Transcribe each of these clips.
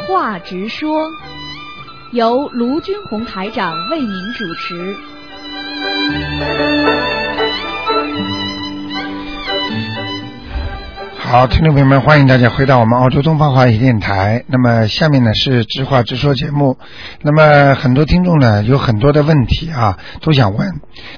话直说，由卢军红台长为您主持。好，听众朋友们，欢迎大家回到我们澳洲东方华语电台。那么下面呢是直话直说节目。那么很多听众呢有很多的问题啊，都想问。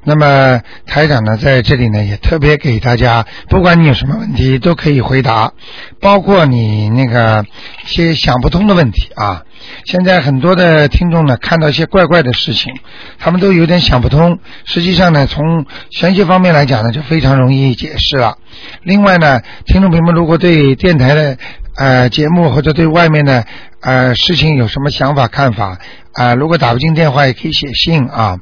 那么台长呢在这里呢也特别给大家，不管你有什么问题都可以回答，包括你那个一些想不通的问题啊。现在很多的听众呢看到一些怪怪的事情，他们都有点想不通。实际上呢，从玄学方面来讲呢，就非常容易解释了。另外呢，听众朋友们如果对电台的呃节目或者对外面的呃事情有什么想法看法啊、呃如果打不进电话也可以写信啊。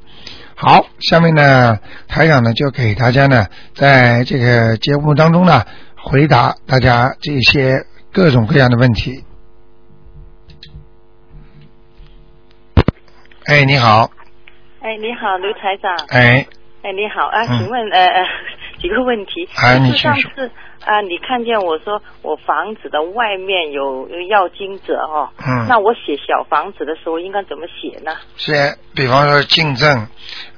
好，下面呢，台长呢就给大家呢，在这个节目当中呢，回答大家这些各种各样的问题。哎，你好，哎，你好，卢台长。哎，哎，你好啊，嗯请问、呃 呃几个问题？啊你就是上请次啊、你看见我说我房子的外面有有要经者哦，嗯那我写小房子的时候应该怎么写呢？是比方说竞争，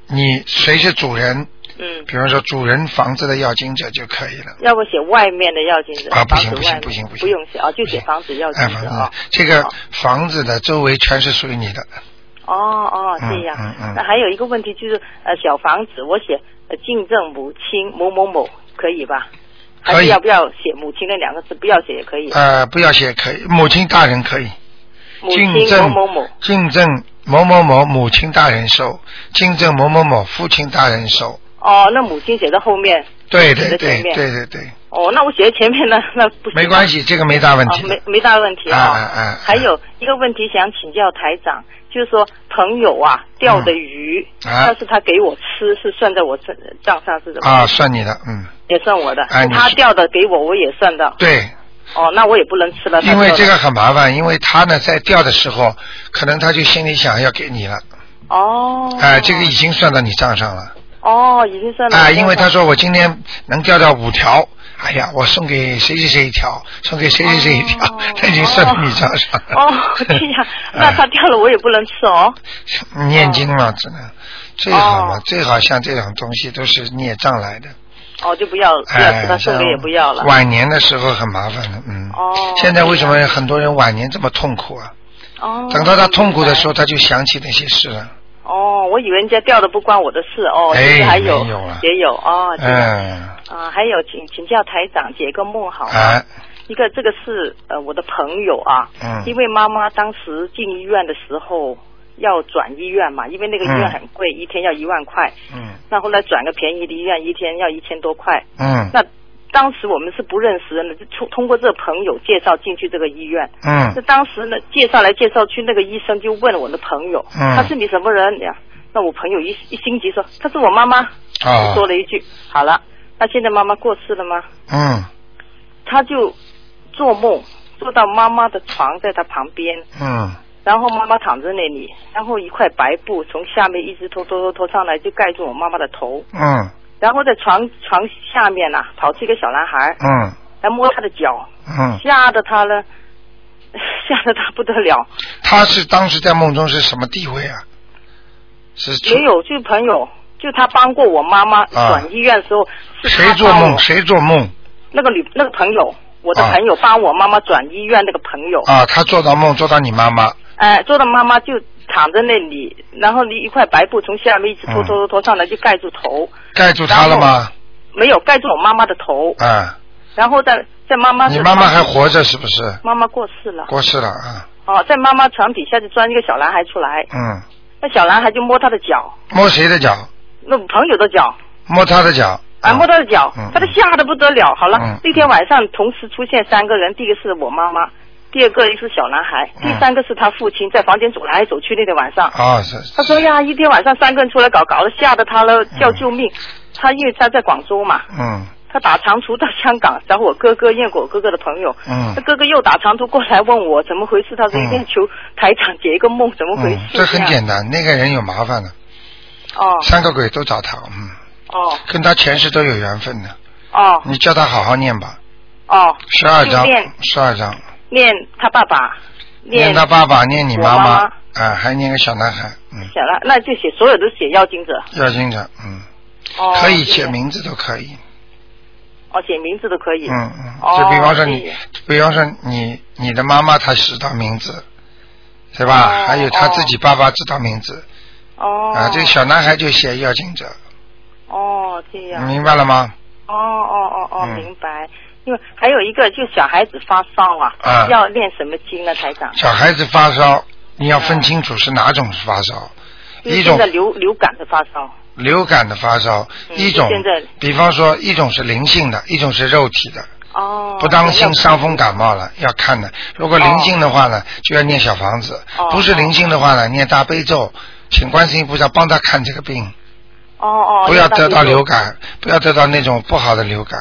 你谁是主人？嗯，比方说主人房子的要经者就可以了。要不写外面的要经者，啊不房行子外面不行不行不行用写啊，就写房子要经哎，者房啊子。，这个好房子的周围全是属于你的。哦哦，嗯这样。嗯嗯那还有一个问题就是呃，小房子我写呃敬正母亲某某某可以吧？还可是以要不要写母亲那两个字？不要写也可以。呃，不要写可以，母亲大人可以。母敬亲正某某某。敬正某某某母亲大人收，敬正某某某父亲大人收。哦，那母亲写在后面。对对写在前对对面对对，哦，那我写在前面呢，那不行。没关系，这个没大问题的。哦，没没大问题啊啊。啊啊啊还有一个问题想请教台长，就是说朋友啊钓的鱼，嗯啊要是他给我吃，是算在我账账上是怎么？啊，算你的，嗯，也算我的。哎你他是钓的给我，我也算到。对，哦，那我也不能吃了。他因为钓的这个很麻烦，因为他呢在钓的时候，可能他就心里想要给你了，哦，哎、这个已经算到你账上了，哦，已经算了啊、因为他说我今天能钓到五条，哎呀，我送给谁谁谁一条，送给谁谁谁一条， 哦他已经算到你账上了。 哦，这样，那他掉了我也不能吃哦。哎念经嘛，只能最好嘛，哦最好像这种东西都是孽障来的，哦，就不要不要哎吃，他送给也不要了像。晚年的时候很麻烦的，嗯。哦现在为什么很多人晚年这么痛苦啊？哦，等到他痛苦的时候，他就想起那些事了。明白。哦，我以为人家掉的不关我的事哦，哎其实还有没有了也有哦。这样嗯。啊，还有请请教台长解个梦好吗？啊，一个这个是呃我的朋友啊，嗯因为妈妈当时进医院的时候要转医院嘛，因为那个医院嗯很贵，一天要一万块，嗯那后来转个便宜的医院，一天要一千多块。嗯那当时我们是不认识人的，就通通过这个朋友介绍进去这个医院。那 嗯当时呢，介绍来介绍去，那个医生就问我的朋友，嗯他是你什么人哎呀？那我朋友一一心急说，她是我妈妈，哦我说了一句，好了，那现在妈妈过世了吗？嗯他就做梦，做到妈妈的床在他旁边，嗯然后妈妈躺在那里，然后一块白布从下面一直拖拖拖拖上来，就盖住我妈妈的头，嗯然后在床床下面呐、跑出一个小男孩，嗯还摸他的脚，嗯，吓得他呢，吓得他不得了。他是当时在梦中是什么地位啊？是出也有就朋友，就他帮过我妈妈转医院的时候，是他啊谁做帮我梦？谁做梦那个女那个朋友，我的啊朋友帮我妈妈转医院那个朋友，啊？他做到梦，做到你妈妈，哎、做到妈妈就躺在那里，然后一块白布从下面一直拖嗯拖拖拖上来，就盖住头，盖住他了吗？没有盖住我妈妈的头，啊，然后在在妈妈你是妈妈还活着是不是？妈妈过世了，过世了啊？哦，在妈妈床底下就钻一个小男孩出来，嗯，那小男孩就摸他的脚，摸谁的脚？那朋友的脚。摸他的脚。啊，摸他的脚嗯嗯，把他吓得不得了。好了，嗯那天晚上同时出现三个人，第一个是我妈妈，第二个是小男孩，嗯第三个是他父亲，在房间走来走去。那天晚上，啊，是他说呀，一天晚上三个人出来搞，搞得吓得他了，叫救命。他因为他在广州嘛，嗯他打长途到香港找我哥哥，验过我哥哥的朋友。嗯他哥哥又打长途过来问我怎么回事，他说嗯一定要求台长解一个梦，怎么回事嗯，？这很简单，那个人有麻烦的，这样。哦三个鬼都找他，嗯，哦跟他前世都有缘分的，哦你叫他好好念吧，哦，十二章就念，十二章，念他爸爸。念他爸爸，念你我妈妈啊、还念个小男孩，嗯，写了，那就写所有都写要经者。要经常，嗯，哦，可以写谢谢。名字都可以，哦，写名字都可以。嗯嗯，哦就比方说谢你谢，比方说你你的妈妈她知道名字，对吧？哦还有她哦自己爸爸知道名字、哦。啊，这个小男孩就写要经者，哦，这样。明白了吗？哦哦哦哦，嗯明白。因为还有一个，就小孩子发烧啊，啊要练什么经呢，台长？小孩子发烧，你要分清楚是哪种发烧，就是一种现在流流感的发烧。流感的发烧，嗯一种现在，比方说一种是灵性的，一种是肉体的，哦。不当心伤风感冒了要看的。如果灵性的话呢，就要念小房子；哦不是灵性的话呢，念大悲咒，请观世音菩萨帮他看这个病，哦哦。不要得到流感。感，不要得到那种不好的流感。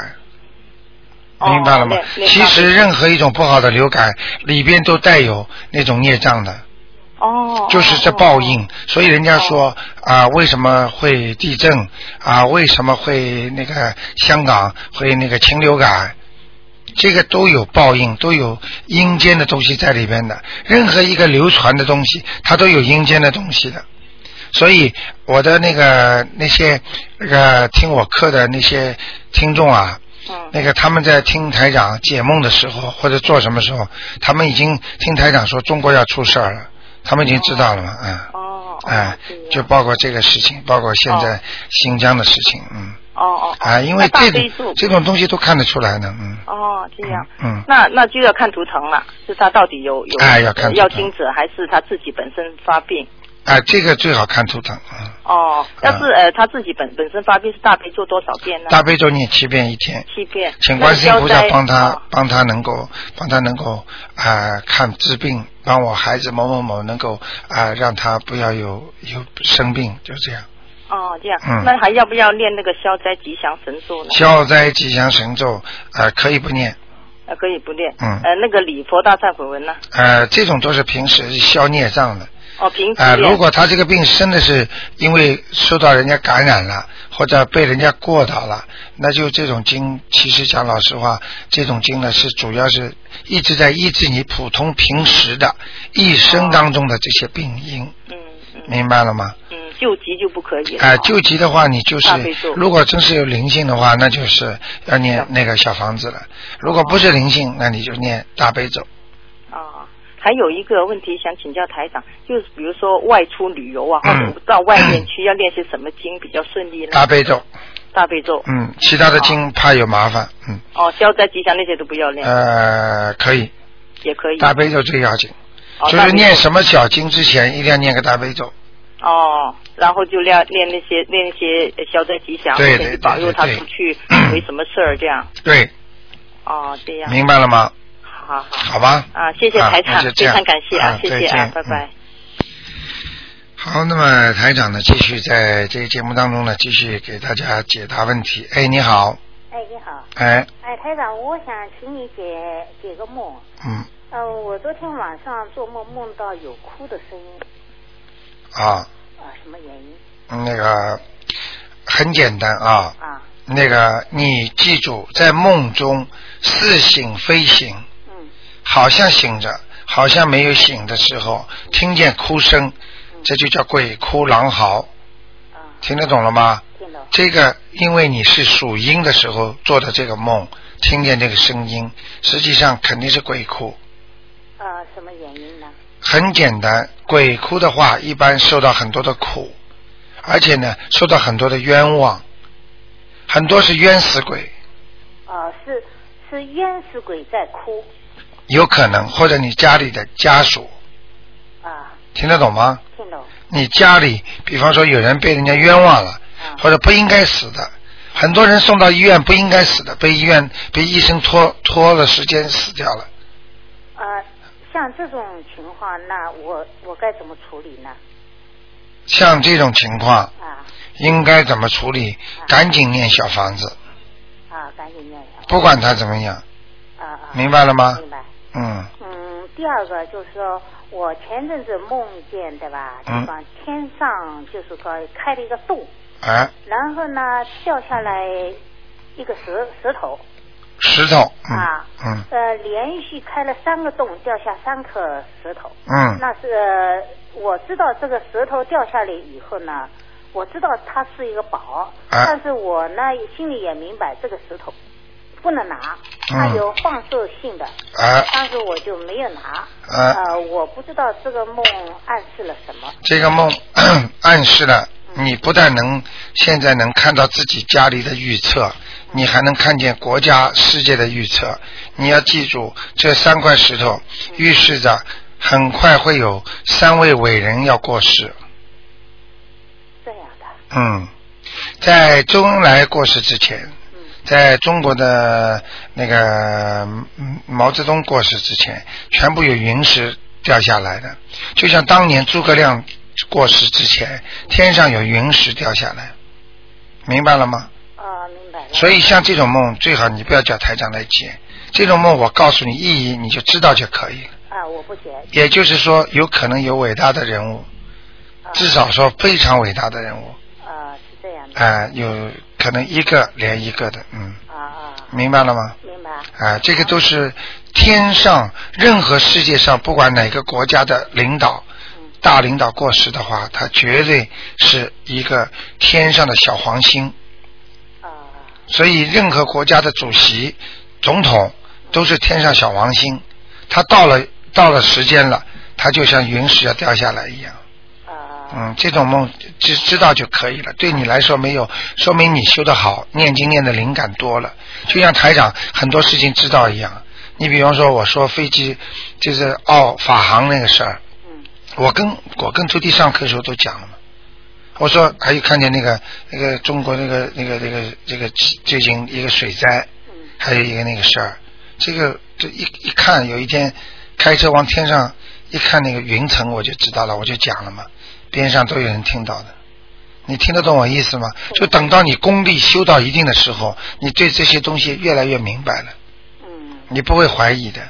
哦明白了吗？那那其实任何一种不好的流感里边都带有那种孽障的，哦。就是这报应。所以人家说啊，为什么会地震啊？为什么会那个香港会那个禽流感？这个都有报应，都有阴间的东西在里边的。任何一个流传的东西，它都有阴间的东西的。所以我的那个那些那个听我课的那些听众啊，哦。嗯。那个他们在听台长解梦的时候，或者做什么时候，他们已经听台长说中国要出事儿了，他们已经知道了嘛，啊、哦。哦嗯，哎、这样就包括这个事情，包括现在哦新疆的事情，嗯，哦哦。啊、因为那大这悲种咒这种东西都看得出来呢，嗯，哦，这样。嗯，嗯那那就要看图腾了，是他到底有有哎要看图腾要精者，还是他自己本身发病？哎、这个最好看图腾，嗯，哦，要是呃他自己本本身发病是大悲咒多少遍呢？大悲咒念七遍一天，七遍。请观世音菩那萨消灾帮他哦，帮他能够，帮他能够啊、看治病，帮我孩子某某某能够啊、让他不要有有生病，就这样。哦，这样。嗯那还要不要念那个消灾吉祥神咒呢？消灾吉祥神咒，呃，可以不念，呃，可以不念。嗯呃，那个礼佛大忏悔文呢？呃，这种都是平时消孽障的。哦，平时啊、念如果他这个病真的是因为受到人家感染了，或者被人家过到了，那就这种经，其实讲老实话，这种经呢是主要是一直在医治你普通平时的一生当中的这些病因，嗯嗯明白了吗？嗯，救急就不可以了。啊、哦救急的话，你就是大悲咒如果真是有灵性的话，那就是要念小那个小房子了；如果不是灵性，那你就念大悲咒。啊，还有一个问题想请教台长，就是比如说外出旅游啊，嗯啊或者到外面去，要练些什么经比较顺利呢？大悲咒，大悲咒，嗯，其他的经怕有麻烦，嗯，哦，消灾吉祥那些都不要练，呃，可以，也可以。大悲咒最要紧，哦就大是悲咒念什么小经之前一定要念个大悲咒，哦，然后就练练那些练那些呃消灾吉祥，对或者对是保佑对他对不去嗯为什么事儿这样。对，哦，这样，明白了吗？好好好。好吧，啊，谢谢啊台那长，就这非样常感谢啊啊，谢谢再见啊，拜拜。好，那么台长呢，继续在这个节目当中呢，继续给大家解答问题。哎，你好，哎，你好，哎，哎，台长，我想请你解解个梦。嗯，呃，我昨天晚上做梦梦到有哭的声音，啊，啊、什么原因那个很简单啊，啊？那个你记住，在梦中似醒非醒，嗯好像醒着，好像没有醒的时候，听见哭声，这就叫鬼哭狼嚎，啊，听得懂了吗？听到这个因为你是属阴的时候做的这个梦，听见这个声音，实际上肯定是鬼哭。啊？什么原因呢？很简单，鬼哭的话一般受到很多的苦，而且呢受到很多的冤枉，很多是冤死鬼，啊，是是冤死鬼在哭有可能或者你家里的家属，啊？听得懂吗？听到你家里，比方说有人被人家冤枉了，啊或者不应该死的，很多人送到医院不应该死的，被医院被医生拖拖了时间死掉了。啊？像这种情况，那我我该怎么处理呢？像这种情况，啊应该怎么处理？赶紧念小房子，啊，赶紧念啊不管他怎么样，啊啊！明白了吗明？白。嗯，嗯，第二个就是说我前阵子梦见对吧，就嗯往天上就是说开了一个洞，哎，然后呢掉下来一个石石头石头，嗯啊嗯呃，连续开了三个洞，掉下三颗石头。嗯那是、呃我知道这个石头掉下来以后呢，我知道它是一个宝，啊但是我呢心里也明白这个石头不能拿，它嗯有放射性的，啊但是我就没有拿。啊，呃，我不知道这个梦暗示了什么。这个梦 暗示了你不但能现在能看到自己家里的预测，你还能看见国家、世界的预测。你要记住，这三块石头预示着很快会有三位伟人要过世。这样的，嗯，在周恩来过世之前，嗯在中国的那个嗯毛泽东过世之前，全部有云石掉下来的，就像当年诸葛亮过世之前，天上有云石掉下来，明白了吗？啊、明白了。所以像这种梦，最好你不要叫台长来解。这种梦我告诉你意义，你就知道就可以了。啊、我不解。也就是说，有可能有伟大的人物，啊至少说非常伟大的人物，啊、是这样的。啊、有可能一个连一个的，嗯，啊啊，明白了吗？明白。啊，这个都是天上任何世界上不管哪个国家的领导嗯，大领导过世的话，他绝对是一个天上的小黄星。啊、所以，任何国家的主席、总统都是天上小黄星，他到了到了时间了，他就像陨石要掉下来一样。啊、嗯，这种梦知知道就可以了。对你来说没有，说明你修得好，念经念的灵感多了。就像台长很多事情知道一样。你比方说，我说飞机就是澳法航那个事儿，嗯我跟我跟徒弟上课的时候都讲了嘛。我说还有看见那个那个中国那个那个那个这个最近一个水灾，嗯还有一个那个事儿，这个这一一看，有一天开车往天上一看那个云层，我就知道了，我就讲了嘛，边上都有人听到的。你听得懂我意思吗？就等到你功力修到一定的时候，你对这些东西越来越明白了，嗯。你不会怀疑的。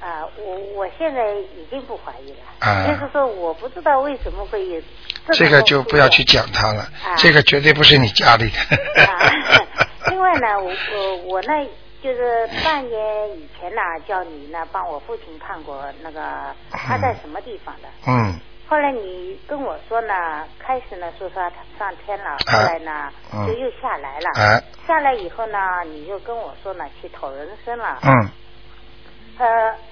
啊，我我现在已经不怀疑了，啊就是说我不知道为什么会有这个就不要去种讲它了啊，这个绝对不是你家里 出现。啊，的。另外呢，我我我呢，就是半年以前呢，叫你呢帮我父亲看过那个他在什么地方的，嗯后来你跟我说呢，开始呢说他上天了，后来呢、啊嗯就又下来了，啊下来以后呢，你就跟我说呢去讨人参了，嗯呃，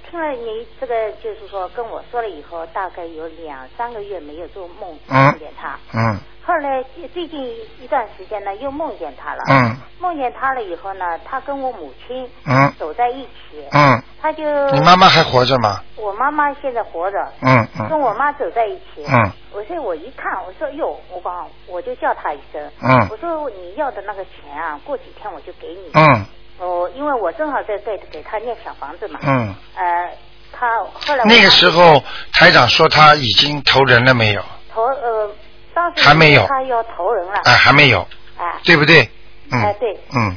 听了你这个就是说跟我说了以后，大概有两三个月没有做梦嗯梦见他。嗯后来最最近一段时间呢，又梦见他了。嗯梦见他了以后呢，他跟我母亲嗯走在一起，嗯，他就你妈妈还活着吗？我妈妈现在活着，嗯跟嗯我妈走在一起。嗯我说我一看，我说哟，我讲我就叫他一声，嗯我说你要的那个钱啊，过几天我就给你。嗯哦，因为我正好在在给他念小房子嘛。嗯。呃，他后来我那个时候台长说他已经投人了没有？投呃，当时还没有他要投人了，啊，还没有，哎、对不对？嗯，哎对嗯，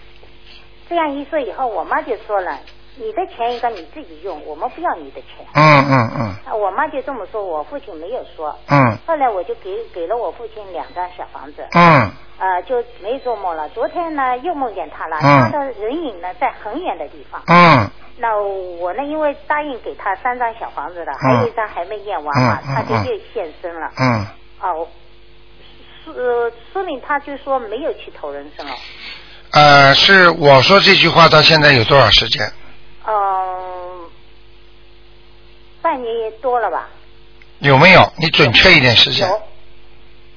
这样一说以后，我妈就说了，你的钱应该你自己用，我们不要你的钱。嗯嗯嗯啊，我妈就这么说，我父亲没有说。嗯后来我就给给了我父亲两张小房子，嗯呃，就没做梦了。昨天呢，又梦见他了，嗯他的人影呢在很远的地方。嗯那我呢，因为答应给他三张小房子了，还有一张还没念完嘛，嗯嗯嗯他就嗯又现身了。嗯，哦，说、呃、说明他就说没有去投人参了。呃，是我说这句话到现在有多少时间？嗯，半年多了吧？有没有？你准确一点时间。有，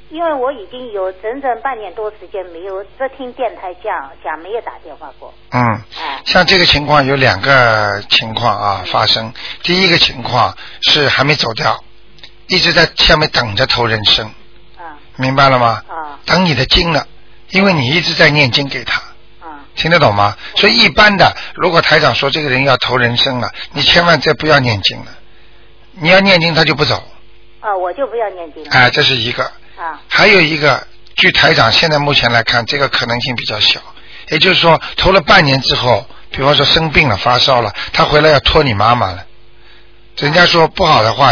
因为我已经有整整半年多时间没有只听电台讲讲，没有打电话过。嗯，哎，像这个情况有两个情况啊发生。第一个情况是还没走掉，一直在下面等着投人生，啊明白了吗？啊等你的经了，因为你一直在念经给他。啊听得懂吗？所以一般的，如果台长说这个人要投人生了，你千万再不要念经了。你要念经，他就不走，啊！我就不要念经了。哎，这是一个。啊还有一个，据台长现在目前来看，这个可能性比较小。也就是说，投了半年之后，比方说生病了、发烧了，他回来要托你妈妈了。人家说不好的话，